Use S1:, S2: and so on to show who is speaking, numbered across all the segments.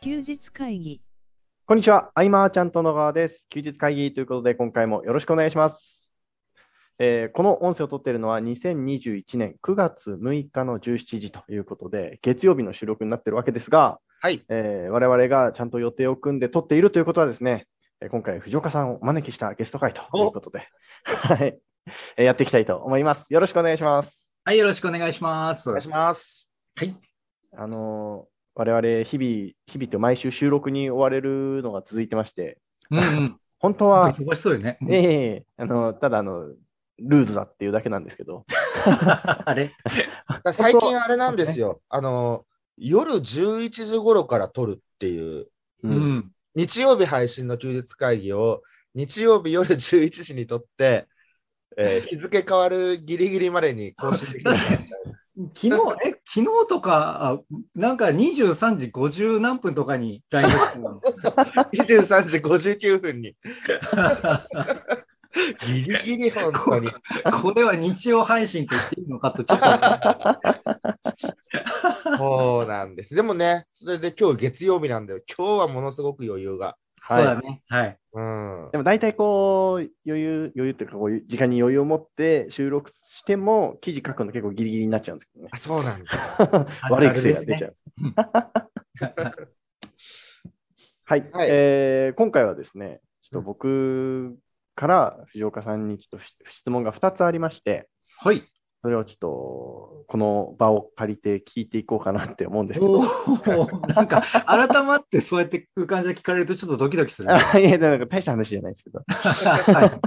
S1: 休日会議
S2: こんにちは、アイマーちゃんと野川です。休日会議ということで、今回もよろしくお願いします。えーこの音声を撮っているのは2021年9月6日の17時ということで、月曜日の収録になっているわけですが、
S3: はい、
S2: えー我々がちゃんと予定を組んで撮っているということはですね、えー今回藤岡さんをお招きしたゲスト会ということで、はい、えーやっていきたいと思います。よろしくお願いします。
S4: はい、よろしくお願いします。
S3: お願いします。
S2: あのー我々日々、日々って毎週収録に追われるのが続いてまして、
S4: うんうん。
S2: 本当は
S4: 忙しそうよね。
S2: ええええ あの、ただ、あの、ルーズだっていうだけなんですけど、
S4: あれ
S3: 最近あれなんですよ、あの、夜11時頃から撮るっていう、
S2: う
S4: うんん。
S3: 日曜日配信の休日会議を、日曜日夜11時に撮って、え ー日付変わるギリギリまでに更新できる。
S4: 昨日、え、昨日とか、あなんか23時50何分とかに LINE が来て
S3: 23時59分に。
S4: た
S3: ギリギリ本当に。
S4: のこれは日曜配信と言っていいのかとちょっと。
S3: そうなんです。でもね、それで今日月曜日なんだよ。今日はものすごく余裕が。
S2: は
S4: そ
S2: いう
S4: だね。はい。
S3: うん
S2: で。も大体こう、余裕、余裕っていうか、こういう時間に余裕を持って収録しても、記事書くの結構ギリギリになっちゃうんですけ どね
S3: あ、そうなんだ。。
S2: 悪い癖が出ちゃう。 はい、
S3: はい
S2: えー今回はですね、ちょっと僕から藤岡さんにちょっとし質問が2つありまして、
S4: はい。
S2: それをちょっと、この場を借りて聞いていこうかなって思うんですけど
S4: お。お、なんか改まってそうやって空間で聞かれるとちょっとドキドキ するね。
S2: あいや、なんか大した話じゃないですけど。
S4: は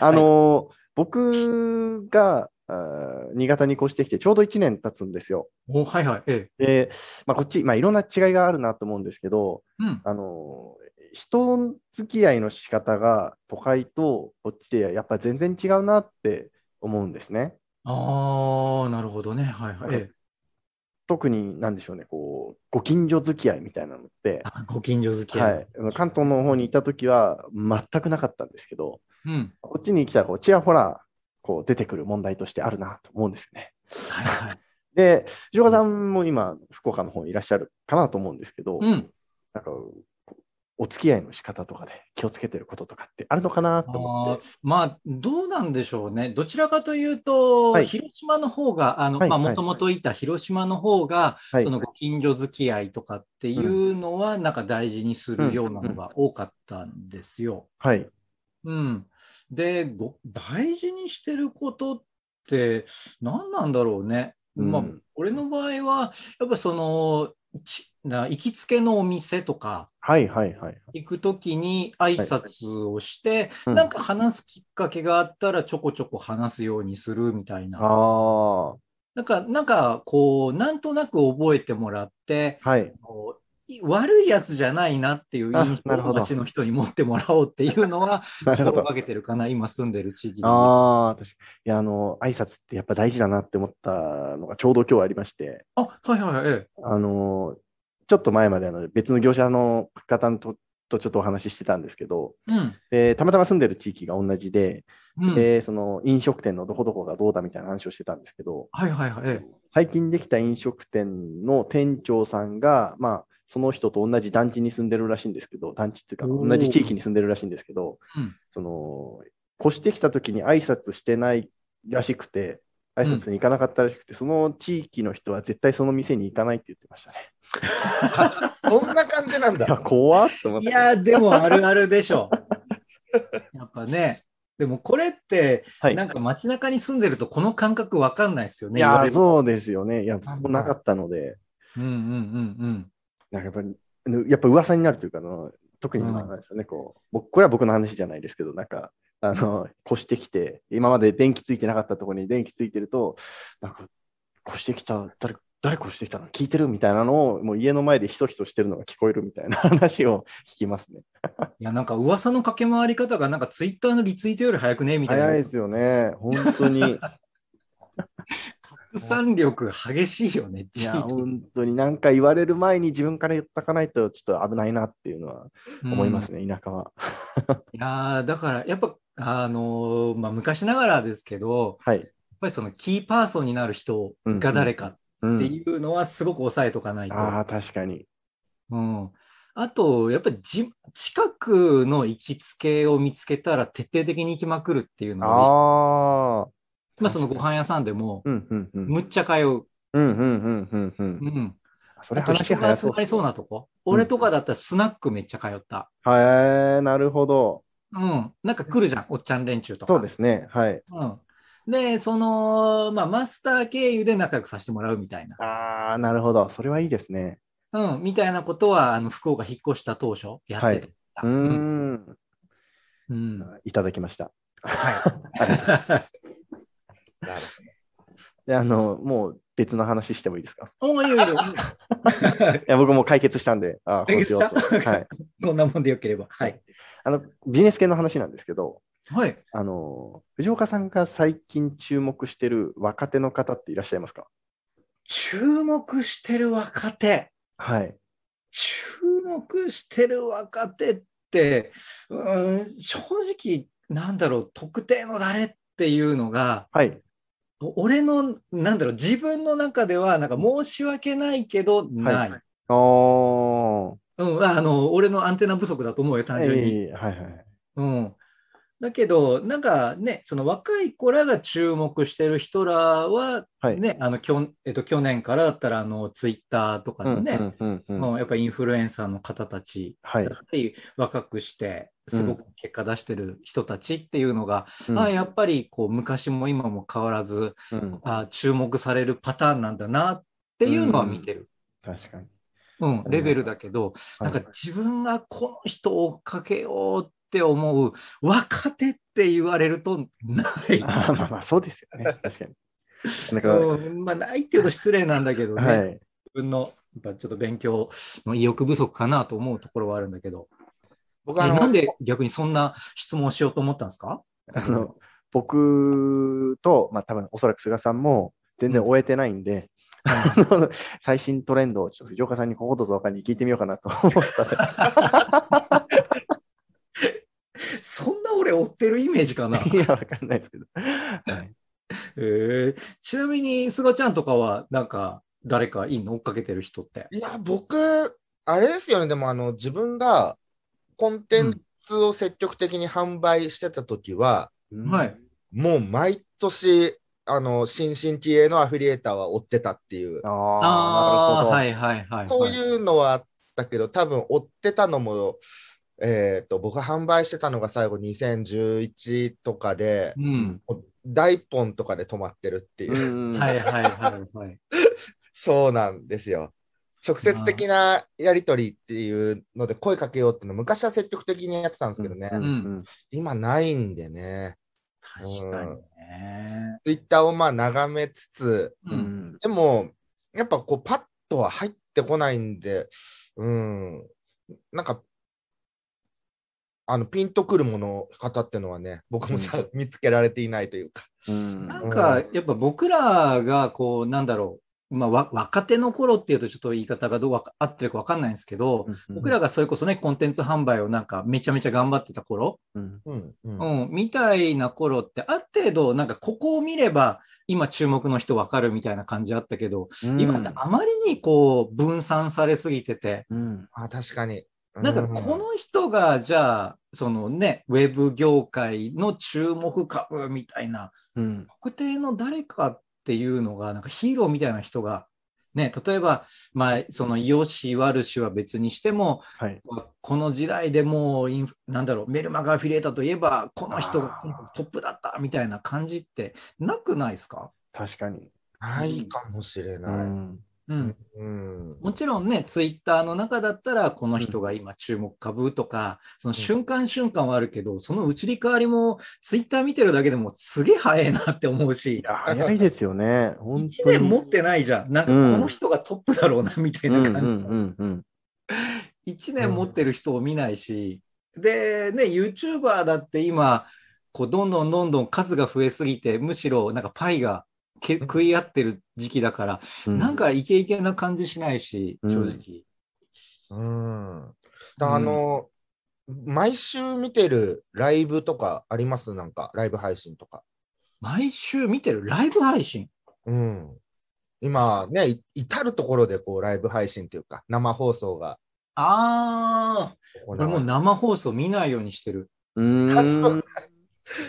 S2: あのー僕があー新潟に越してきてちょうど1年経つんですよ。
S4: い。おはいはい。ええ。
S2: で、まあ、こっち、まあ、いろんな違いがあるなと思うんですけど、
S4: うん。
S2: あのー人付き合いの仕方が都会とこっちでやっぱ全然違うなって思うんですね。
S4: ああ、なるほどね。はいはい。ええ
S2: 特になんでしょうね、こう、ご近所付き合いみたいなのって、
S4: あご近所付き合。
S2: はいい、あの関東の方にいた時は全くなかったんですけど、
S4: うん。
S2: こっちに来たらこうちらほらこう出てくる問題としてあるなと思うんですね。
S4: はいはい。
S2: で、藤岡さんも今、福岡の方にいらっしゃるかなと思うんですけど、
S4: うん。
S2: なんか、お付き合いの仕方とかで気をつけてることとかってあるのかなと思
S4: あ
S2: っ
S4: ー
S2: て。
S4: まあどうなんでしょうね、どちらかというと、
S2: はい
S4: 広島の方があの
S2: はい
S4: まあ
S2: はい
S4: もともといた広島の方が、
S2: はい
S4: そのご近所付き合いとかっていうのは、なんか大事にするようなのが多かったんですよ。
S2: はい。
S4: うん、でご、大事にしてることって、何なんだろうね。まあ
S2: うん、
S4: 俺の場合は、やっぱその、ちな行きつけのお店とか、
S2: はいはいはい。
S4: 行くときに挨拶をして、
S2: うん
S4: なんか話すきっかけがあったらちょこちょこ話すようにするみたい
S2: あ
S4: な。
S2: あ、は
S4: なんか、なんかこう、なんとなく覚えてもらって、
S2: い。
S4: こうい悪いやつじゃないなっていう印
S2: あな
S4: 象
S2: るほ
S4: を
S2: ど
S4: 街の人に持ってもらおうっていうのは
S2: なる
S4: 心
S2: ほ ど
S4: が。けてるかな、今住んでる地域で。あ
S2: ああ、確かに。いや、あの、挨拶ってやっぱ大事だなって思ったのがちょうど今日ありまして、
S4: はいはい、ええ
S2: あの、ちょっと前まであの別の業者の方ととちょっとお話ししてたんですけど、
S4: うん。
S2: でたまたま住んでる地域が同じで、
S4: うん、
S2: で、その飲食店のどこどこがどうだみたいな話をしてたんですけど、
S4: はいはいはい、ええ
S2: 最近できた飲食店の店長さんが、まあ、その人と同じ団地に住んでるらしいんですけど、団地っていうか、
S4: おー
S2: 同じ地域に住んでるらしいんですけど、
S4: うん
S2: その、越してきた時に挨拶してないらしくて、挨拶に行かなかったらしくて、その地域の人は絶対その店に行かないって言ってましたね。
S3: そんな感じなん
S2: いや、
S3: だ。
S2: 怖っと思っ
S4: い
S2: て。
S4: やーでもあるあるでしょ。 やっぱね。でもこれって、
S2: はい
S4: なんか街中に住んでるとこの感覚わかんないですよね。
S2: いや
S4: 言われる
S2: そうですよね。いや、僕もなかったので。
S4: うんうんうんうん。
S2: なんかやっぱり、ぬやっぱ噂になるというかあの、特に
S4: うん
S2: なんですよね、こう僕、これは僕の話じゃないですけど、なんか、あの、越してきて、今まで電気ついてなかったところに電気ついてると、なんか、越してきた、誰、誰越してきたの聞いてるみたいなのを、もう家の前でひそひそしてるのが聞こえるみたいな 話を聞きますね。
S4: いや、なんか噂のかけ回り方が、なんかツイッターのリツイートより早くねみたいな。
S2: 早いですよね、本当 に。
S4: 拡散力激しいよね、
S2: い
S4: 地
S2: や、
S4: 域。
S2: 本当になんか言われる前に自分から言っとかないと、ちょっと危ないなっていうのは思いますね、田舎は。
S4: うん。いやーだから、やっぱ、あのーまあ、昔ながらですけど、
S2: はい。
S4: やっぱりそのキーパーソンになる人が誰か
S2: うん
S4: っていうのはすごく抑えとかないと。
S2: ああ、確かに。
S4: うんあと、やっぱりじ近くの行きつけを見つけたら徹底的に行きまくるっていうのを意識、
S2: ああ。
S4: まあ、そのご飯屋さんでも、
S2: うんうんうん。
S4: むっちゃ通う。
S2: うんうんうんうんう。
S4: うんん。
S2: それ
S4: あと
S2: 話
S4: 人
S2: 早
S4: が
S2: そ
S4: 集
S2: う
S4: ま。りそうなとこ。
S2: うん
S4: 俺とかだったらスナックめっちゃ通った。
S2: はい、なるほど。
S4: うん。なんか来るじゃん、おっちゃん連中とか。
S2: そうですね。はい。
S4: うん。で、その、まあ、マスター経由で仲良くさせてもらうみたいな。
S2: ああ、なるほど。それはいいですね。
S4: うん。みたいなことは、あの、福岡引っ越した当初、やってた。
S2: うー
S4: うん。
S2: ん。
S4: うん。
S2: いただきました。
S4: はい。
S3: なる
S2: で、あの、もう別の話してもいいですか
S4: おいよいよ。
S2: いや、僕もう解決したんで、あー
S4: 解決した
S2: こうし ようとはい。
S4: こんなもんでよければ。はい。
S2: あの、ビジネス系の話なんですけど、
S4: はい。
S2: あの、藤岡さんが最近注目してる若手の方っていらっしゃいますか
S4: 注目してる若手。
S2: はい。
S4: 注目してる若手って、うーん、正直、なんだろう、特定の誰っていうのが、
S2: はい。
S4: 俺の、なんだろう、自分の中では、なんか申し訳ないけど、ない。
S2: おー。
S4: うん、あの、俺のアンテナ不足だと思うよ、単純に。
S2: ええはいはい。
S4: うん。だけど、なんかね、その若い子らが注目してる人らは、
S2: はい
S4: ね、あの、きょ、えっと、去年からだったら、あの、ツイッターとか
S2: う
S4: の
S2: ん
S4: ね、
S2: うんうんうん
S4: もうやっぱりインフルエンサーの方たち
S2: はい
S4: やっ。ぱり若くしてすごく結果出してる人たちっていうのが、
S2: うん
S4: あやっぱりこう昔も今も変わらず
S2: うん
S4: あ注目されるパターンなんだなっていうのは見てる、
S2: 確かに。
S4: うんレベルだけど、
S2: はい
S4: なんか自分がこの人を追っかけようって思う若手って言われるとない。
S2: あーまあまあ、そうですよね。確かに。なんか、
S4: うんまあ、ないっていうと失礼なんだけどね、
S2: はい。
S4: 自分のやっぱちょっと勉強の意欲不足かなと思うところはあるんだけど。
S3: 僕あ
S4: えなん
S3: の、
S4: で逆にそんな質問をしようと思ったんですか
S2: あの僕と、まあ多分おそらく菅さんも全然終えてないんで、あの最新トレンドをちょっと藤岡さんにこことぞかに聞いてみようかなと思ったんで
S4: そんな俺追ってるイメージか な、
S2: いや、わかんないですけど。はい
S4: えーちなみに、すがちゃんとかは、なんか、誰かいいの追っかけてる人って。
S3: いや、僕、あれですよね、でもあの、自分がコンテンツを積極的に販売してた時は、
S4: はい。
S3: もう毎年、あの、新進気鋭のアフィリエーターは追ってたっていう、
S2: あ
S4: あ
S2: あ、
S4: あー、
S2: な
S4: は
S2: る
S4: いはいはい、はい。
S3: そういうのはあったけど、多分追ってたのも、えっ、と、僕が販売してたのが最後2011とかで
S4: う、ん。
S3: 大本とかで止まってるっていう
S2: ほど。うん
S4: はいはいはいはい。
S3: そうなんですよ。直接的なやり取りっていうので声かけようっていうの昔は積極的にやってたんですけどね、
S2: うんうん
S3: 今ないんでね、
S4: 確かにね。
S3: ツイッターをまあ眺めつつ、
S4: う。
S2: うんん
S3: でもやっぱこうパッとは入ってこないんで、うん、なんか、あのピンとくるもの方ってのはね、僕もさ、見つけられていないというか、
S2: うん
S4: なんか、やっぱ僕らが、こう、なんだろう。まあ、わ若手の頃っていうとちょっと言い方がどうわか合ってるか分かんないんですけど、僕らがそれこそねコンテンツ販売をなんかめちゃめちゃ頑張ってた頃、
S2: うん
S3: うんうん
S4: うん、みたいな頃ってある程度なんかここを見れば今注目の人わかるみたいな感じあったけど、今ってあまりにこう分散されすぎてて
S2: うん
S3: あ確かに。
S4: なんかこの人がじゃあそのねウェブ業界の注目株みたいな
S2: うん
S4: 特定の誰かっていうのがなんかヒーローみたいな人が。ね、例えば、まあ、その良し悪しは別にしても、
S2: はい。
S4: この時代でもうインフ、なんだろう、メルマガアフィリエーターといえば、この人がトップだったみたいな感じってなくないですか、
S2: 確かに。
S3: ないかもしれ
S2: う
S3: ない。
S2: ん
S4: うん、
S3: うん
S4: もちろんね、ツイッターの中だったら、この人が今注目株とか、その瞬間瞬間はあるけど、その移り変わりも、ツイッター見てるだけでもすげえ早いなって思う
S2: い
S4: し、
S2: や、早いですよね。本
S4: 1
S2: 当に。
S4: 年持ってないじゃん。なんかこの人がトップだろうなみたい
S2: うん
S4: な
S2: う
S4: 感
S2: ん
S4: じ。
S2: うんうん。
S4: 1年持ってる人を見ないし、で、ね、YouTuber だって今、こうどんどんどんどん数が増えすぎて、むしろなんかパイがけ食い合ってる時期だから、
S2: うん
S4: なんかイケイケな感じしないし、
S2: うん
S4: 正直。
S3: うんだあの、毎週見てるライブとかありますなんか、ライブ配信とか。
S4: 毎週見てるライブ配信。
S3: うん。今ね、い至るところでこうライブ配信というか、生放送が
S4: ああ、
S3: ここ
S4: 俺
S3: な
S4: もう生放送見ないようにしてる。
S2: うーん。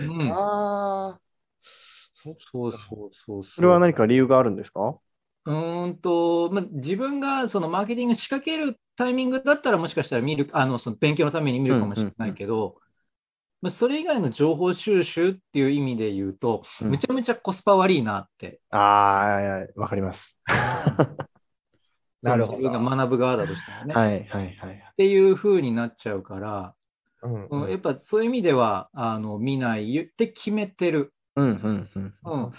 S4: うん、
S3: ああ。そ
S4: そうそうそうそ
S2: それは何か理由があるんですか
S4: うーんと、まあ、自分がそのマーケティング仕掛けるタイミングだったら、もしかしたら見る、あの、その勉強のために見るかもしれないけど、まあ、それ以外の情報収集っていう意味で言うと、
S2: うん
S4: むちゃむちゃコスパ悪いなって、
S2: ああー、わかります。
S3: なるほ
S4: 自
S3: ど。
S4: 分が学ぶ側だとしたらね。っ
S2: はいはいはい。
S4: ていう風になっちゃうから、
S3: うん
S4: うん
S3: うん
S4: やっぱそういう意味では、あの、見ないって決めてる。
S2: うんうんうん。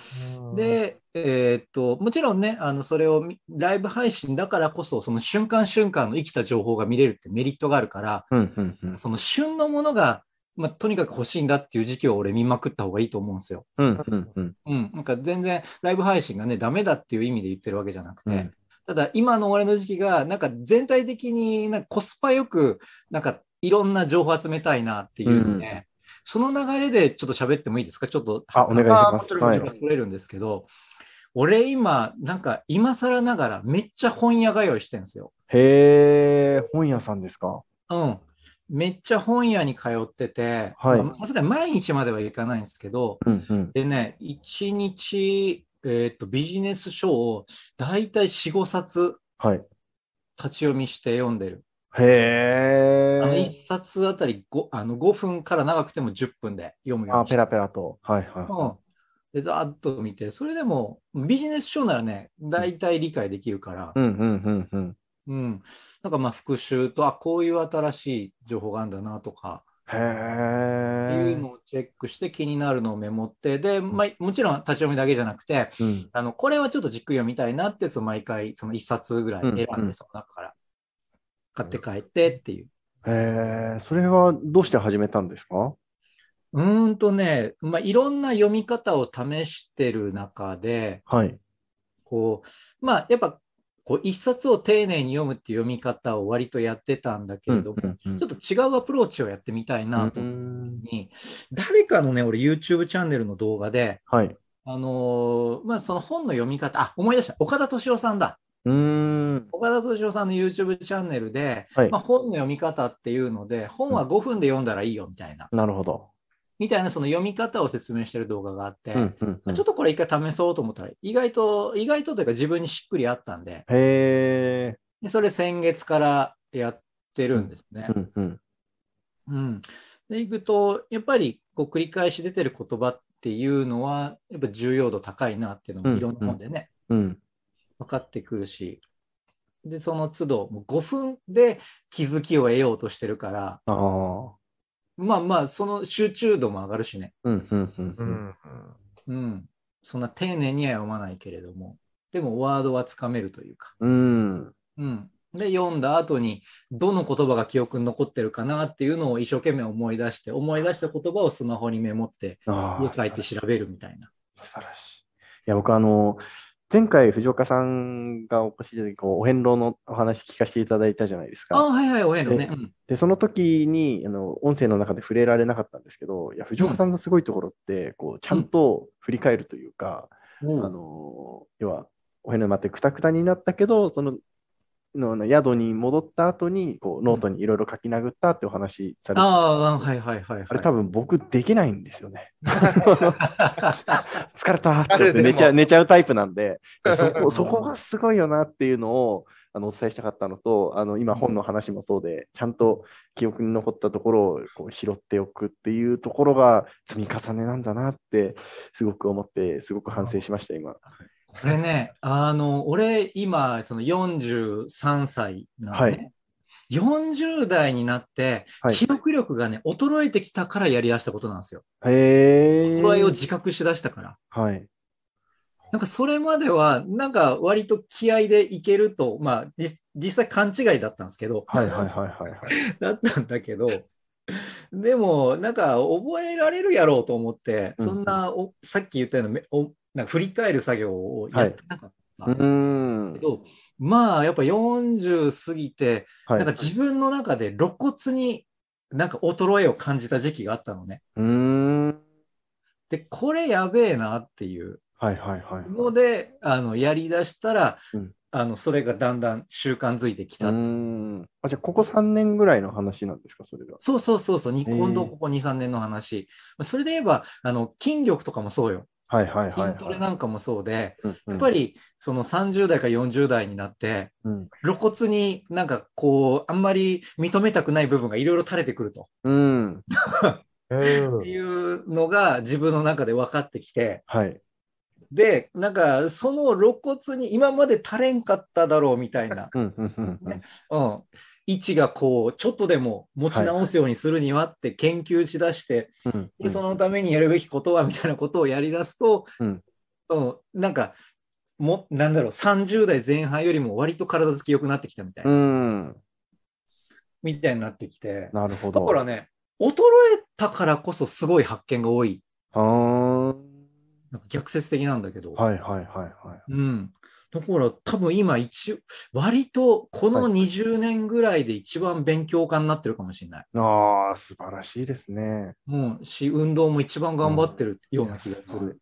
S4: うん、で、えーっと、もちろんね、あのそれをみライブ配信だからこそ、その瞬間瞬間の生きた情報が見れるってメリットがあるから、
S2: うんうんうん。
S4: その旬のものが、まあ、とにかく欲しいんだっていう時期を俺見まくった方がいいと思うんですよ。
S2: うんうんうん。
S4: うん。なんか全然ライブ配信がね、ダメだっていう意味で言ってるわけじゃなくて、
S2: うん
S4: ただ今の俺の時期が、なんか全体的になんかコスパよく、なんかいろんな情報集めたいなっていうので、
S2: うん
S4: その流れでちょっと喋ってもいいですかちょっと。
S2: あ、お願いし
S3: あ
S2: ま
S3: ーもち
S2: す。
S3: ろん
S2: は
S3: もちろん
S2: い。
S4: 取れるんですけど、俺今、なんか今更ながらめっちゃ本屋通いしてるんですよ。
S2: へえ、本屋さんですか
S4: うん。めっちゃ本屋に通ってて、
S2: はい
S4: まあさすがに毎日まではいかないんですけど、
S2: うんうん。
S4: でね、1日、えーっと、ビジネス書をだいたい4、5冊
S2: はい。
S4: 立ち読みして読んでる。
S2: へ
S4: あの1
S2: え。
S4: 冊あたり 5, あの5分から長くても10分で読むよう
S2: あ、
S4: にして
S2: ペラペラと。はいは
S4: うん。で、ざーっと見て、それでもビジネス書ならね、大体理解できるから
S2: い。う、んうんうんうん。
S4: うん。なんかまあ復習と、あ、こういう新しい情報があるんだなとか、
S2: へ
S4: いう
S2: え。
S4: のをチェックして気になるのをメモって、で、まあ、もちろん立ち読みだけじゃなくて、
S2: うん
S4: あの、これはちょっとじっくり読みたいなって、その毎回その一冊ぐらい選んで、
S2: うんうん
S4: その中から買って帰ってっていう。
S2: へえ。それはどうして始めたんですか
S4: うーんとね、まあ、いろんな読み方を試してる中で、
S2: はい。
S4: こう、まあ、やっぱ、こう、一冊を丁寧に読むっていう読み方を割とやってたんだけれども、ちょっ
S2: っ
S4: と違うアプローチをやってみたいなと思っ
S2: ん
S4: た時に、誰かのね、俺 YouTube チャンネルの動画で、
S2: はい。
S4: あのーまあ、その本の読み方、あ、思い出した、岡田敏夫さんだ。
S2: うーん。
S4: 岡田敏夫さんの YouTube チャンネルで、
S2: はい
S4: まあ、本の読み方っていうので、本は5分で読んだらいいよみたいな、
S2: なるほど。
S4: みたいなその読み方を説明してる動画があって、
S2: うんうんうん
S4: ちょっとこれ一回試そうと思ったら、意外と、意外とというか自分にしっくりあったんで、
S2: へえ。
S4: でそれ先月からやってるんですね。
S2: うんうん。
S4: うん、でいくとやっぱりこう繰り返し出てる言葉っていうのはやっぱ重要度高いなっていうの
S2: う
S4: も
S2: ん
S4: いろんな本でね、
S2: うん。
S4: 分かってくるしでその都度もう5分で気づきを得ようとしてるから
S2: ああ。
S4: まあまあその集中度も上がるしね、
S2: うんうんうんう
S3: う
S2: ん。
S3: うんん
S4: うん、そんな丁寧には読まないけれどもでもワードはつかめるというか、
S2: うん。
S4: うん、で読んだ後にどの言葉が記憶に残ってるかなっていうのを一生懸命思い出して思い出した言葉をスマホにメモって
S2: あ
S4: 家
S2: あ。
S4: 帰って調べるみたいな。
S2: 素晴らしい。いや、僕、あの、前回、藤岡さんがお越しいただいて、こうお遍路のお話聞かせていただいたじゃないです
S4: あ
S2: か。
S4: はいはい、お遍路ね。うん
S2: で、その時に、あの、音声の中で触れられなかったんですけど、いや、藤岡さんのすごいところって、こう、ちゃんと振り返るというか、あの、要は、お遍路に待ってくたくたになったけど、その、の宿に戻った後に、こう、ノートにいろいろ書き殴ったってお話されて、
S4: ああ、はいはいはいはい。
S2: あれ多分僕できないんですよね。 疲れたって
S3: あれでも
S2: 寝ちゃう寝ちゃうタイプなんでそ
S4: うん
S2: こ、そこがすごいよなっていうのをあのお伝えしたかったのと、あの今本の話もそうで、ちゃんと記憶に残ったところをこう拾っておくっていうところが積み重ねなんだなって、すごく思って、すごく反省しました、今。
S4: これね、あの、俺、今、その43歳なのね。40代になって、
S2: はい
S4: 記憶力がね、衰えてきたからやりだしたことなんですよ。
S2: へー
S4: 衰えを自覚しだしたから。
S2: はい。
S4: なんかそれまでは、なんか割と気合でいけると、まあ、じ実際勘違いだったんですけど、
S2: はいはいはいはいはい。
S4: だったんだけど、でも、なんか覚えられるやろうと思って、
S2: うん
S4: そんなおさっき言ったようなめおなんか振り返る作業をやってなかった
S2: うー
S4: け
S2: ん。
S4: ど、まあやっぱ40過ぎて、
S2: はい
S4: なんか自分の中で露骨になんか衰えを感じた時期があったのね。
S2: うーん。
S4: で、これやべえなっていう
S2: はいはいはい。
S4: ので、あのやりだしたら、
S2: うん
S4: あのそれがだんだん習慣づいてき
S2: う
S4: た。
S2: んあじゃあ、ここ3年ぐらいの話なんですか、それが。
S4: そうそうそうそう、に
S2: へえ
S4: 今度ここ2、3年の話。それで言えば、あの筋力とかもそうよ。
S2: はいはいはい、はい。
S4: 筋トレなんかもそうで、や
S2: や
S4: っぱ、りその30代か40代になって、
S2: うん
S4: 露骨になんかこう、あんまり認めたくない部分がいろいろ垂れてくると
S2: うん。
S3: うん
S4: っていうのが自分の中で分かってきて、
S2: はい。
S4: で、なんかその露骨に今まで垂れんかっただろうみたい な、
S2: うんうんうんうん
S4: ねうん、位置がこう、ちょっとでも持ち直すようにするにはって研究しだして、
S2: うんう
S4: で
S2: ん
S4: そのためにやるべきことはみたいなことをやりだすと、
S2: うん
S4: うんなんかもなんだろう30代前半よりも割と体つき良くなってきたみたいな、
S2: うん。
S4: みたいになってきて
S2: なるほ
S4: だ
S2: ど。
S4: からね衰えたからこそすごい発見が多い
S2: あー
S4: なんか逆説的なんだけど、
S2: はいはいはいはい。
S4: うん、だから多分今一割とこの20年ぐらいで一番勉強家になってるかもしれない、
S2: ああ、素晴らしいですね。
S4: うん、し運動も一番頑張ってるような気がする。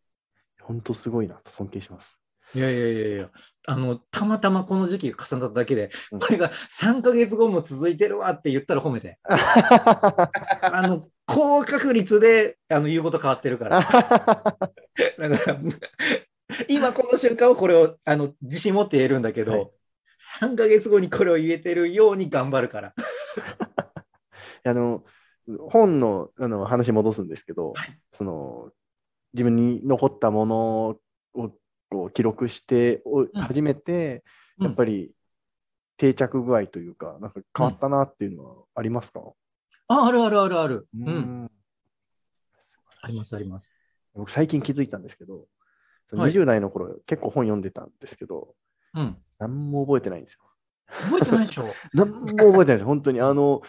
S2: 本当すごいな、尊敬し ます。
S4: いやいやいやいや、あの、たまたまこの時期が重なっただけで、
S2: うん
S4: これが3ヶ月後も続いてるわって言ったら褒めて。あの、高確率で、あの、言うこと変わってるから。だから、 今この瞬間はこれを、あの、自信持って言えるんだけど、
S2: はい
S4: 3ヶ月後にこれを言えてるように頑張るから。
S2: あの本のあの話戻すんですけど、その自分に残ったものをこう記録してお初めて、やっぱ
S4: り。
S2: り定着具合というか、なんか変わったなっていうのはありますか、
S4: あ、あるあるあるある。うん。
S2: うん
S4: ありますあります。
S2: 僕最近気づいたんですけど、
S4: はい
S2: 20代の頃、結構本読んでたんですけど、
S4: うん。
S2: 何も覚えてないんですよ。
S4: 覚えてないでし ょ。
S2: 何も覚えてないです、本当に。あの、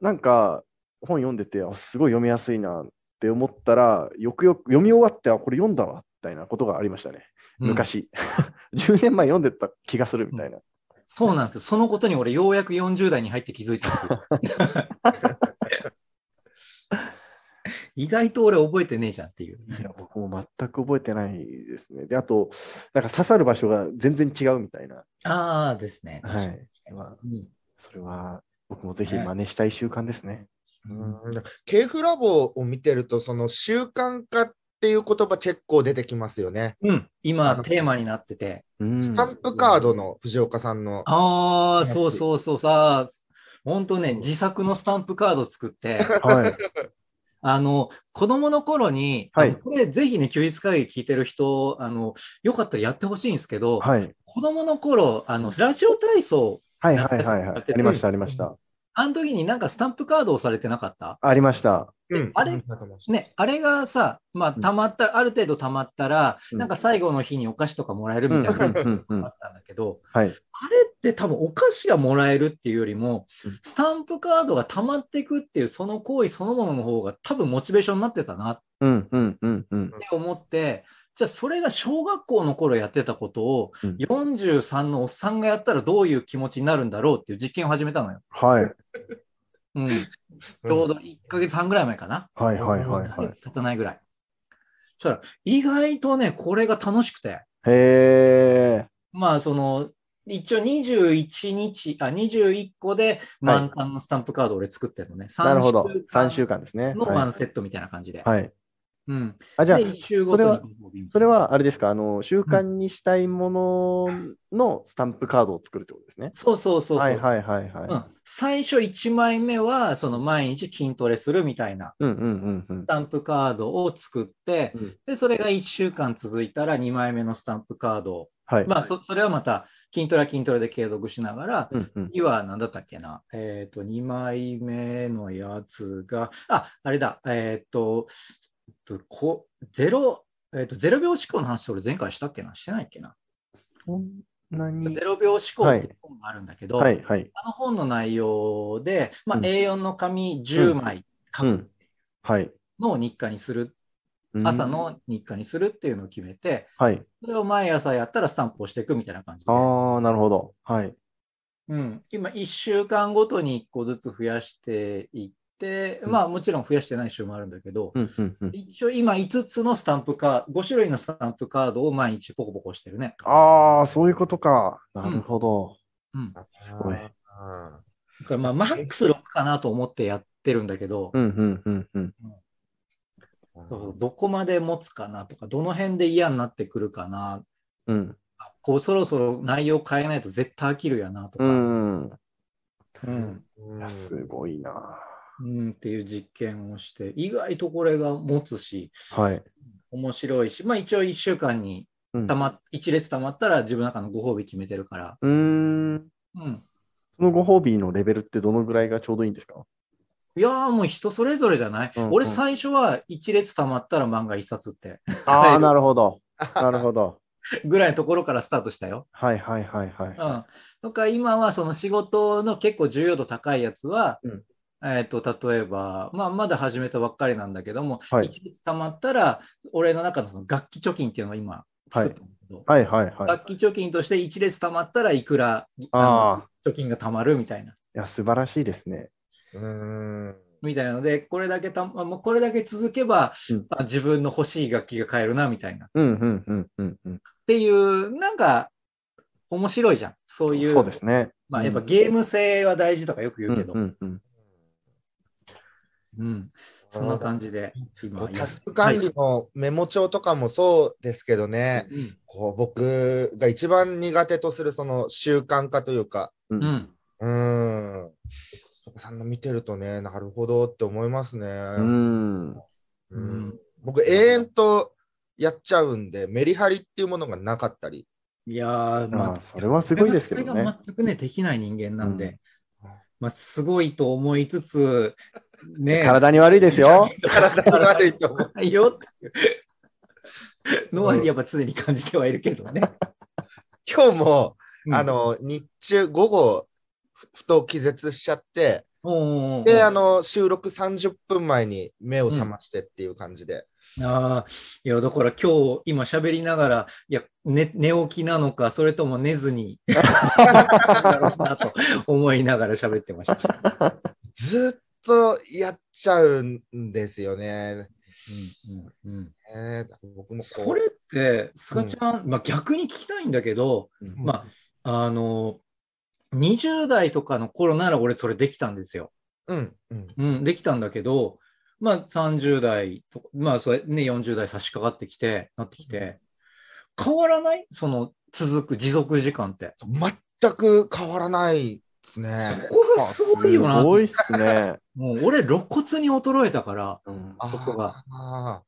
S2: なんか、本読んでて、あすごい読みやすいなって思ったら、よくよく読み終わって、あ、これ読んだわ、みたいなことがありましたね。
S4: うん
S2: 昔。10年前読んでた気がするみたいな。
S4: そうなんですよ。そのことに俺、ようやく40代に入って気づいたっていう。 意外と俺覚えてねえじゃんっていう。
S2: いや、僕も全く覚えてないですね。で、あと、なんか刺さる場所が全然違うみたいな。
S4: ああですね。
S2: は
S4: 確
S2: い。まあ、
S4: かに
S2: それは、僕もぜひ真似したい習慣ですね。
S3: うん、KF ラボを見てると、その習慣化っていう言葉結構出てきますよね。
S4: うん、今テーマになってて。
S2: うん
S3: スタンプカードの藤岡さんの。
S4: ああ、そうそうそうさ。本当ね、自作のスタンプカード作 って、
S2: はい。
S4: あの、子供の頃に、
S2: はい
S4: あのこれぜひね、休日会議聞いてる人、あの、よかったらやってほしいんですけど、
S2: はい。
S4: 子供の頃、あの、ラジオ体操、
S2: はいはいはい はい。ありました、ありました。
S4: あの時になんかスタンプカードをされてなかった
S2: ありました。
S3: うん
S4: あれね、あれがさ、まあ、たまったら、ある程度たまったら、
S2: うん
S4: なんか最後の日にお菓子とかもらえる
S2: うん
S4: み
S2: う
S4: た
S2: ん
S4: いなのが
S2: うんうん
S4: あったんだけど、
S2: はい。
S4: あれって多分お菓子がもらえるっていうよりも
S2: うん、
S4: スタンプカードがたまっていくっていう、その行為そのものの方が多分モチベーションになってたなっ
S2: うんうんうんうん。
S4: て思って、じゃあそれが小学校の頃やってたことを
S2: うん
S4: 43のおっさんがやったらどういう気持ちになるんだろうっていう実験を始めたのよ。
S2: はい。
S4: うん、 ちょうど1ヶ月半ぐらい前かな。
S2: はいはいはいは
S4: 1ヶ
S2: い。
S4: 月経たないぐらい。そしたら、意外とね、これが楽しくて、
S2: へえ。
S4: まあ、その、一応21日、あ、21個で満タンのスタンプカードを俺作ってるのね。
S2: なるほど。
S4: 3
S2: 3
S4: 週
S2: 週
S4: 間
S2: 間ですね。
S4: のワンセ
S2: は
S4: ットみたいな感じで。
S2: い。はい。
S4: うん。
S2: あ、
S4: で、
S2: じゃあ、
S4: 1週ごとに
S2: それは
S4: ご褒美みた
S2: そ
S4: いな
S2: れ、はあれですか、あの、習慣にしたいもののスタンプカードを作るってことですね。
S4: そうそうそうそう。
S2: はいはいはい
S4: うん
S2: は。
S4: 最初1枚目は、その毎日筋トレするみたいない
S2: うんうんうんうん
S4: ス。タンプカードを作って、
S2: うん
S4: で、それが1週間続いたら2枚目のスタンプカードを
S2: はい。
S4: まあそそれはまた筋トレは筋トレで継続しながら、
S2: うんうん。
S4: 今は何だったっけな、えっ、と、2枚目のやつが、あ、あれだ、えっ、と、えっとこゼロ、えっ、と、ゼロ秒思考の話って俺前回したっけなしてないっけな
S2: そんなに
S4: ゼ。ロ秒思考って本があるんだけど、
S2: はいはい。
S4: あの本の内容で、まあ、
S2: うん
S4: A4 の紙10枚書
S2: う
S4: く
S2: んはい。
S4: のを日課にする、
S2: うん
S4: 朝。の日課にするっていうのを決めて、
S2: はい。
S4: それを毎朝やったらスタンプをしていくみたいな感じで。
S2: ああ、なるほど。はい。
S4: うん、今、1週間ごとに1個ずつ増やしていっで、
S2: うん
S4: まあもちろん増やしてない週もあるんだけど、
S2: うんうんうん。
S4: 一応今5つのスタンプカード、5種類のスタンプカードを毎日ポコポコしてるね。
S2: ああ、そういうことか。なるほど。
S4: うん。だ
S3: す
S2: ごい
S4: からまあマックス6かなと思ってやってるんだけど、
S2: うんうんうんうん。
S4: そうどこまで持つかなとか、どの辺で嫌になってくるかな、
S2: うん。
S4: こうそろそろ内容変えないと絶対飽きるやなとか、
S2: うん。
S4: うん
S2: いやすごいな。
S4: うんっていう実験をして、意外とこれが持つし、
S2: はい。
S4: 面白いし、まあ一応1週間に
S2: うん
S4: たま、1列たまったら自分の中のご褒美決めてるから、
S2: うーん。
S4: うん。
S2: そのご褒美のレベルってどのぐらいがちょうどいいんです か
S4: いやーもう人それぞれじゃない、
S2: うんうん
S4: 俺最初は1列たまったら漫画1冊って
S2: ああ、なるほど。なるほど。
S4: ぐらいのところからスタートしたよ。
S2: はいはいはいはい。
S4: うん、とか今はその仕事の結構重要度高いやつは、
S2: うん
S4: えー、と例えば、まあ、まだ始めたばっかりなんだけども、
S2: はい
S4: 一律たまったら俺の中のその楽器貯金っていうのを今作ったんだけど、
S2: はいはいはい。
S4: 楽器貯金として一列たまったらいくらあ
S2: ああ、
S4: の貯金がたまるみたいな。
S2: いや、素晴らしいですね。
S3: うん。
S4: みたいなので、これだけた、まあもうこれだけ続けば、
S2: うん
S4: あ自分の欲しい楽器が買えるな、みたいな。っ
S2: うんうんうんうんうん。
S4: ていう、なんか、面白いじゃん。そういう。
S2: そうですね。
S4: まあ、やっぱ
S2: うん
S4: ゲーム性は大事とかよく言うけど。
S2: うんうんうん
S4: うんそんな感じで、今
S3: こうタスク管理のメモ帳とかもそうですけどね、
S4: うん
S3: こう僕が一番苦手とするその習慣化というか、
S2: うん
S4: うん
S3: うーん、さんの見てるとね、なるほどって思いますね。
S2: うーん。
S3: う
S4: うん
S3: ん僕、永遠とやっちゃうんで、メリハリっていうものがなかったり。
S4: いやー、ま
S2: まあ
S4: あ、、
S2: それはすごいですけど
S4: それ
S2: ね
S4: が。全くね、できない人間なんで、
S3: うん
S4: まあ、すごいと思いつつ、ね、
S2: 体に悪 いですよ。
S3: 体が悪いと思う。
S4: ないよっていうのは、やっぱ常に感じてはいるけどね。
S3: 今日も、
S4: うん
S3: あ、の、日中、午後、ふふと気絶しちゃって、
S4: おーおーおー
S3: で、あの、収録30分前に目を覚ましてっていう感じで。
S4: ああ、いや、だから今日、今喋りながら、いや、寝、寝起きなのか、それとも寝ずに、 だろうなと思いながら喋ってました。
S3: ずっとやっちゃうんですよね。
S4: うんうんうん
S3: えー僕もこう
S4: これって、スカちゃん、まあ逆に聞きたいんだけど、まあ、あの、20代とかの頃なら俺それできたんですよ。
S3: うん、うん、
S4: うん、できたんだけど、まあ30代とか、まあそれね、40代差し掛かってきて、なってきて、変わらないその続く持続時間って。
S3: 全く変わらないですね。
S4: そこがすごいよな
S2: す
S4: と。
S2: ごいっす ね。
S4: もう俺露骨に衰えたから、
S2: うん
S3: あー
S4: そこが。
S3: あー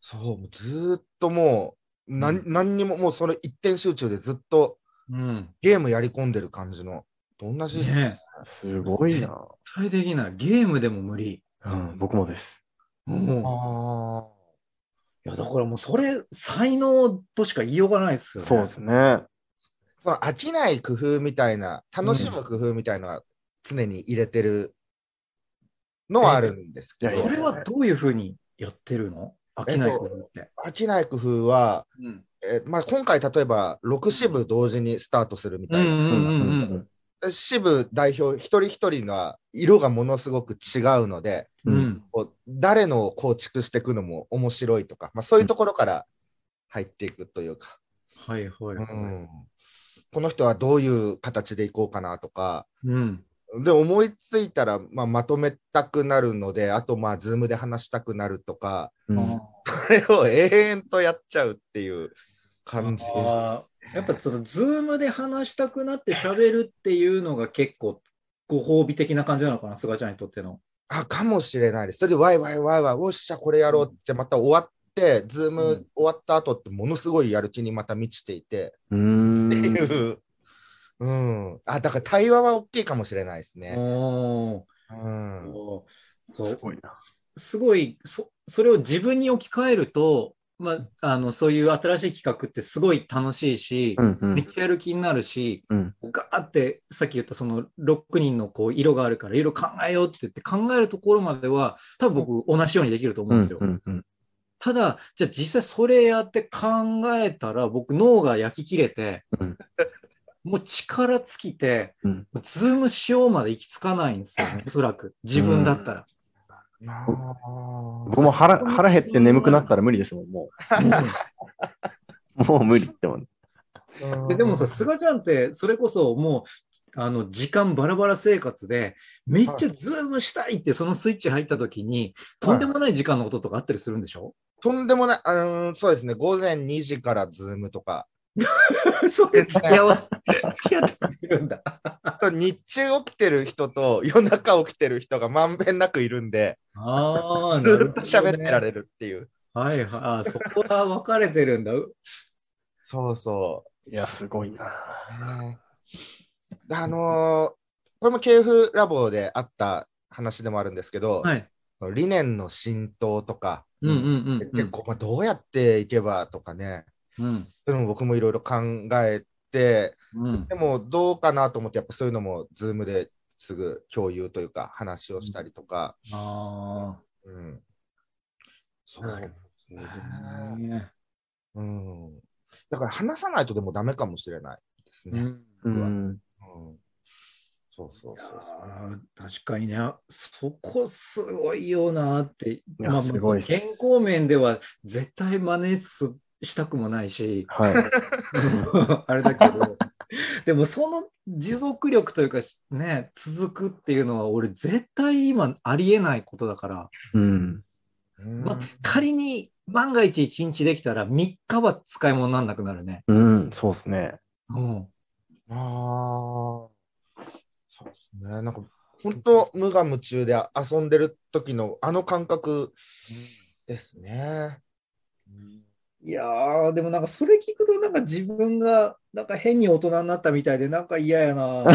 S3: そう、もうずーっともう、なん、
S4: う
S3: 何にも、もうそれ一点集中でずっと
S4: うん。
S3: ゲームやり込んでる感じの、と同じ。
S4: ね
S2: すごいな。
S4: 絶対できない。ゲームでも無理。
S2: うん、僕もです。
S4: うん。
S3: あ
S4: いや、だからもうそれ、才能としか言いようがないですよね。
S2: そうですね。
S3: ーその飽きない工夫みたいな、楽しむ工夫みたいなのは常に入れてるのはあるんですけ
S2: いやい
S3: ど
S4: そ
S2: や、
S4: れはどういうふうにやってるの飽きないと思って。
S3: 飽きない工夫は、
S4: うん
S3: えーまあ、今回例えば6支部同時にスタートするみ
S4: う
S3: たい
S4: ん
S3: な。
S4: うんうん
S3: 支部代表一人一人が色がものすごく違うので、
S4: うん。うん
S3: こう誰のを構築していくのも面白いとか、まあ、そういうところから入っていくというか、
S4: はいはいは
S3: うんこの人はどういう形でいこうかなとか
S4: い。うん。
S3: で思いついたら、まあ、まとめたくなるのであとまあズームで話したくなるとか
S2: うんうん
S4: あ
S3: これを永遠とやっちゃうっていう感じです。
S4: あーやっぱその、ズームで話したくなって喋るっていうのが結構、ご褒美的な感じなのかな、菅ちゃんにとっての。
S3: あかもしれないです。それでワイワイワイワイ、おっしゃ、これやろうって、また終わって、ズー
S4: うん
S3: ム終わった後って、ものすごいやる気にまた満ちていて、
S2: うーん。
S3: っていう。うん。あ、だから対話は大きいかもしれないですね。
S4: お
S3: うん。
S4: お。
S2: すごいな。
S4: すごいそ、それを自分に置き換えると、まあ、あのそういう新しい企画ってすごい楽しいし、
S2: うんう
S4: めっ
S2: ん。
S4: ちゃやる気になるし、
S2: うん
S4: ガーってさっき言ったその6人のこう色があるから色々考えようって言って考えるところまでは多分僕同じようにできると思
S2: う
S4: う
S2: ん
S4: んですよ。
S2: うんうん。
S4: ただじゃあ実際それやって考えたら僕脳が焼き切れて、
S2: うん
S4: もう力尽きて、
S2: うん
S4: ズームしようまで行き着かないんですよね、おそらく。自分だったら。
S3: あ
S2: 僕も腹腹減って眠くなったら無理ですもん、もう。もう無理ってもん。
S3: ー
S4: ででもさ、菅ちゃんって、それこそもう、あの、時間バラバラ生活で、めっちゃズームしたいって、そのスイッチ入った時に、とんでもない時間のこととかあったりするんでしょ、
S3: とんでもない、あのーそうですね、午前2時からズームとか、
S4: そういう付き合わせ、付き合ってくれるんだ。
S3: あと日中起きてる人と夜中起きてる人がまんべんなくいるんで、
S4: あ あ、なるほど
S3: ず
S4: ね
S3: っと喋ってられるっていう。
S4: はいはい あー、そこは分かれてるんだ。
S3: そうそ
S2: いや、すごいな。
S3: う。ねあのーこれも KF ラボであった話でもあるんですけど、
S4: はい。
S3: 理念の浸透とか、
S4: うんうんうん、うん。
S3: 結構まあどうやっていけばとかね、
S4: うん。
S3: そういうのも僕もいろいろ考えて、
S4: うん
S3: で。もどうかなと思って、やっぱそういうのも Zoom ですぐ共有というか、話をしたりとか。
S4: あ
S3: うん。そ
S4: なる
S3: ですね
S4: あ、ね
S3: うん。だから話さないとでもダメかもしれないです
S4: う
S3: ね。
S4: ん
S2: うん。
S3: うんそうそうそう
S4: いや
S3: そう。
S4: ー確かにね、そこすごいよなって、
S2: やすごいっす
S4: 健康面では絶対真似すしたくもない し、
S2: はい。
S4: あれだけど、でもその持続力というか、ね、続くっていうのは、俺、絶対今、ありえないことだから、
S2: うん。
S3: うん
S4: まあ仮に万が一1日できたら、3日は使い物にならなくなるね。
S2: うん、そうですね。
S4: うん
S3: あーそうですね。なんか本当無我夢中で遊んでる時のあの感覚ですね。
S4: いやー、でもなんかそれ聞くと、なんか自分がなんか変に大人になったみたいで、なんか嫌やな。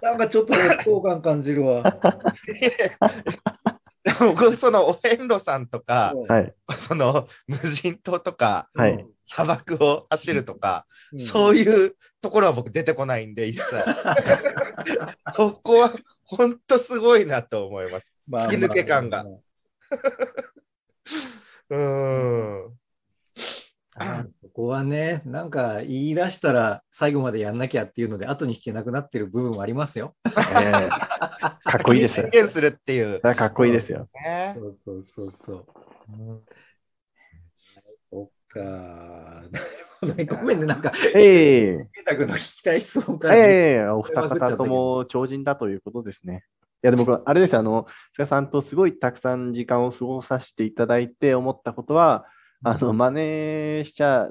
S4: なんかちょっと劣等感感じるわ。
S3: 僕そのお遍路さんとか、
S2: はい。
S3: その無人島とか
S2: はい
S3: 砂漠を走るとか、
S4: う
S3: そう
S4: ん。
S3: いうところは僕出てこないんで、一切。 そこは本当すごいなと思います。
S4: まあ
S3: 突き抜け感が。うーん。
S4: まあまあそこはね、なんか言い出したら最後までやんなきゃっていうので、後に引けなくなってる部分はありますよ。
S2: ええかっこいい です
S3: 宣
S2: よ。
S3: 言するっていう。
S2: かっこいいですよ。
S3: ね、
S4: そうそうそうそう。そっ か。ごめんね、なん か、
S2: ええ
S4: たくの聞きたい質問から。
S2: ええお二方とも超人だということですね。いや、でも僕、あれですよあの、菅さんとすごいたくさん時間を過ごさせていただいて思ったことは、あの、真似しちゃ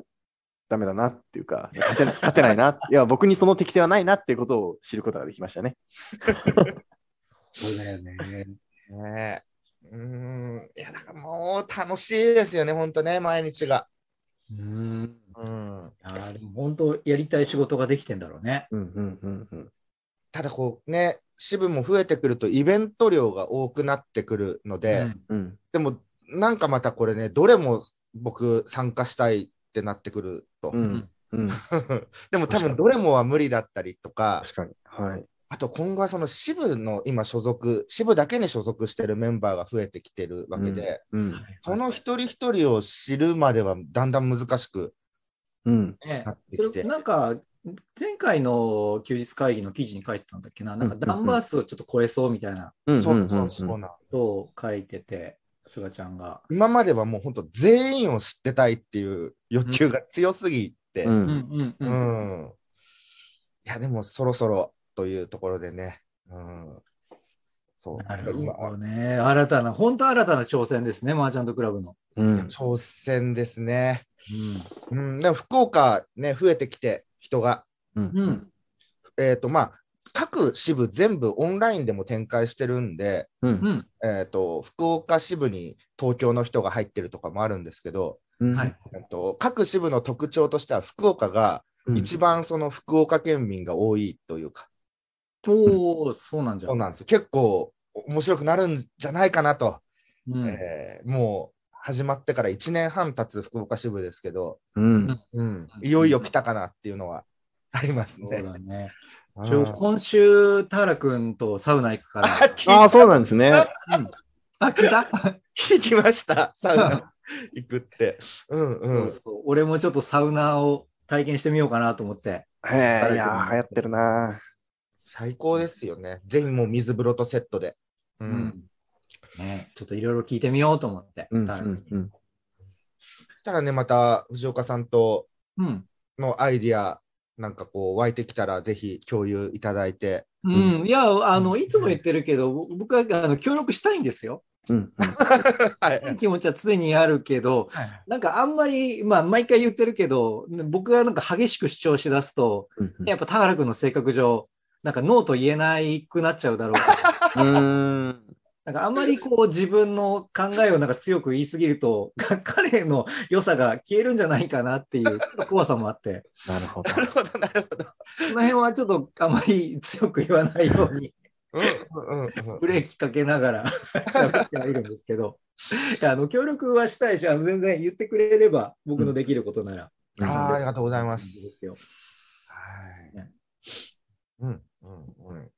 S2: ダメだなっていうか、勝てな勝てないな。いや、僕にその適性はないなっていうことを知ることができましたね。
S4: そうだよね。
S3: ねうーん。いや、だからもう楽しいですよね、本当ね、毎日が。
S4: うん。
S3: うん。
S4: あーでも本当やりたい仕事ができてんだろうね。
S2: うんうんうんうん。
S3: ただこうね、支部も増えてくるとイベント量が多くなってくるので、
S4: うん
S2: うん。
S3: でもなんかまたこれね、どれも僕参加したいってなってくると。
S2: うん。うん。
S3: でも多分どれもは無理だったりとか、
S2: 確かに。はい。
S3: あと今後はその支部の今所属、支部だけに所属してるメンバーが増えてきてるわけで、
S2: うん。
S3: その一人一人を知るまではだんだん難しく、
S2: うん。
S4: ね
S3: なってきて
S4: なんか前回の休日会議の記事に書いてたんだっけな、なんかダンバースをちょっと超えそうみたいな
S2: うん。
S3: そうそうそうなん
S4: ことを書いてて、すがちゃんが。
S3: 今まではもう本当全員を知ってたいっていう欲求が強すぎて、
S2: う。
S3: うん
S4: うんんうんうん。
S3: んいやでもそろそろというところでね、うん、そう
S4: なる
S3: 今
S4: ほどね。新たな、本当新たな挑戦ですね、マーチャントクラブの。
S2: うん。
S3: 挑戦ですね、
S4: う
S3: うん、でも福岡ね増えてきて人が
S4: ん。うん。
S3: えっ、と、まあ、各支部全部オンラインでも展開してるんで、
S2: うん。
S4: うん。
S3: えっ、と、福岡支部に東京の人が入ってるとかもあるんですけど、
S2: うん。
S4: はい。
S3: えっと、各支部の特徴としては、福岡が一番その福岡県民が多いというか、
S4: おお、そうなんじゃ
S3: そう。なんですよ。結構面白くなるんじゃないかなと、
S4: うん
S3: えーもう始まってから1年半経つ福岡支部ですけど、
S2: うん。
S3: うん、いよいよ来たかなっていうのは あります
S4: そう
S3: ね。
S4: だ
S3: う
S4: ね。
S3: ん
S4: ちょ今週、田原君とサウナ行くから。
S2: ああ、そうなんですね。
S4: あ、聞いた
S3: 聞 きました、サウナ行くって。うんう
S4: そ
S3: ん
S4: う。そう俺もちょっとサウナーを体験してみようかなと思って。
S2: へえいやー、流行ってるな
S3: 最高ですよね。ぜひもう水風呂とセットで。う
S4: うんね、ちょっといろいろ聞いてみようと思って。
S2: うんう
S4: タロに
S2: んうん。
S3: そしたらね、また藤岡さんと
S4: うん
S3: のアイディア、なんかこう湧いてきたら、ぜひ共有いただい て。
S4: うん、いや、あの、いつも言ってるけど、ぼ僕はあの協力したいんですよ。
S2: うん
S3: はい。
S4: 気持ちは常にあるけど、
S3: はい
S4: なんかあんまり、まあ、毎回言ってるけど、僕がなんか激しく主張しだすと、
S2: うんうん
S4: やっぱ田原君の性格上、なんかノーと言えなくなっちゃうだろうから。
S2: うーん
S4: なんかあんまりこう自分の考えをなんか強く言いすぎると、か 彼の良さが消えるんじゃないかなっていうちょっと怖さもあって、
S2: なるほど
S3: な。るほど、なるほど。
S4: その辺はちょっとあまり強く言わないように
S3: うん、うん、うん。
S4: ブレーキかけながら 喋ってはいるんですけど、いやあの協力はしたいし、あの全然言ってくれれば、僕のできることなら。
S3: あーあり
S4: が
S3: がと
S4: とう
S3: うご
S4: ご
S3: ざいま。
S4: ですすよ。
S3: はい
S4: ね。
S3: うん、うん、うん。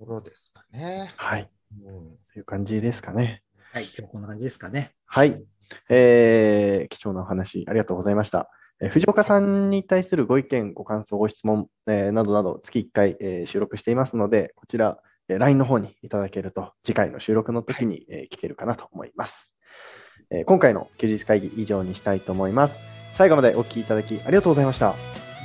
S3: ところですかね。
S2: はい。
S3: うん。
S2: という感じですかね。
S4: はい、今日こんな感じですかね。
S2: はい。えー貴重なお話、ありがとうございました。えー藤岡さんに対するご意見、ご感想、ご質問、えーなどなど、月1回、えー収録していますので、こちら、えー LINE の方にいただけると、次回の収録の時に、えー聞けるかなと思います、えー今回の休日会議、以上にしたいと思います。最後までお聞きいただき、ありがとうございました。
S4: あり
S3: あ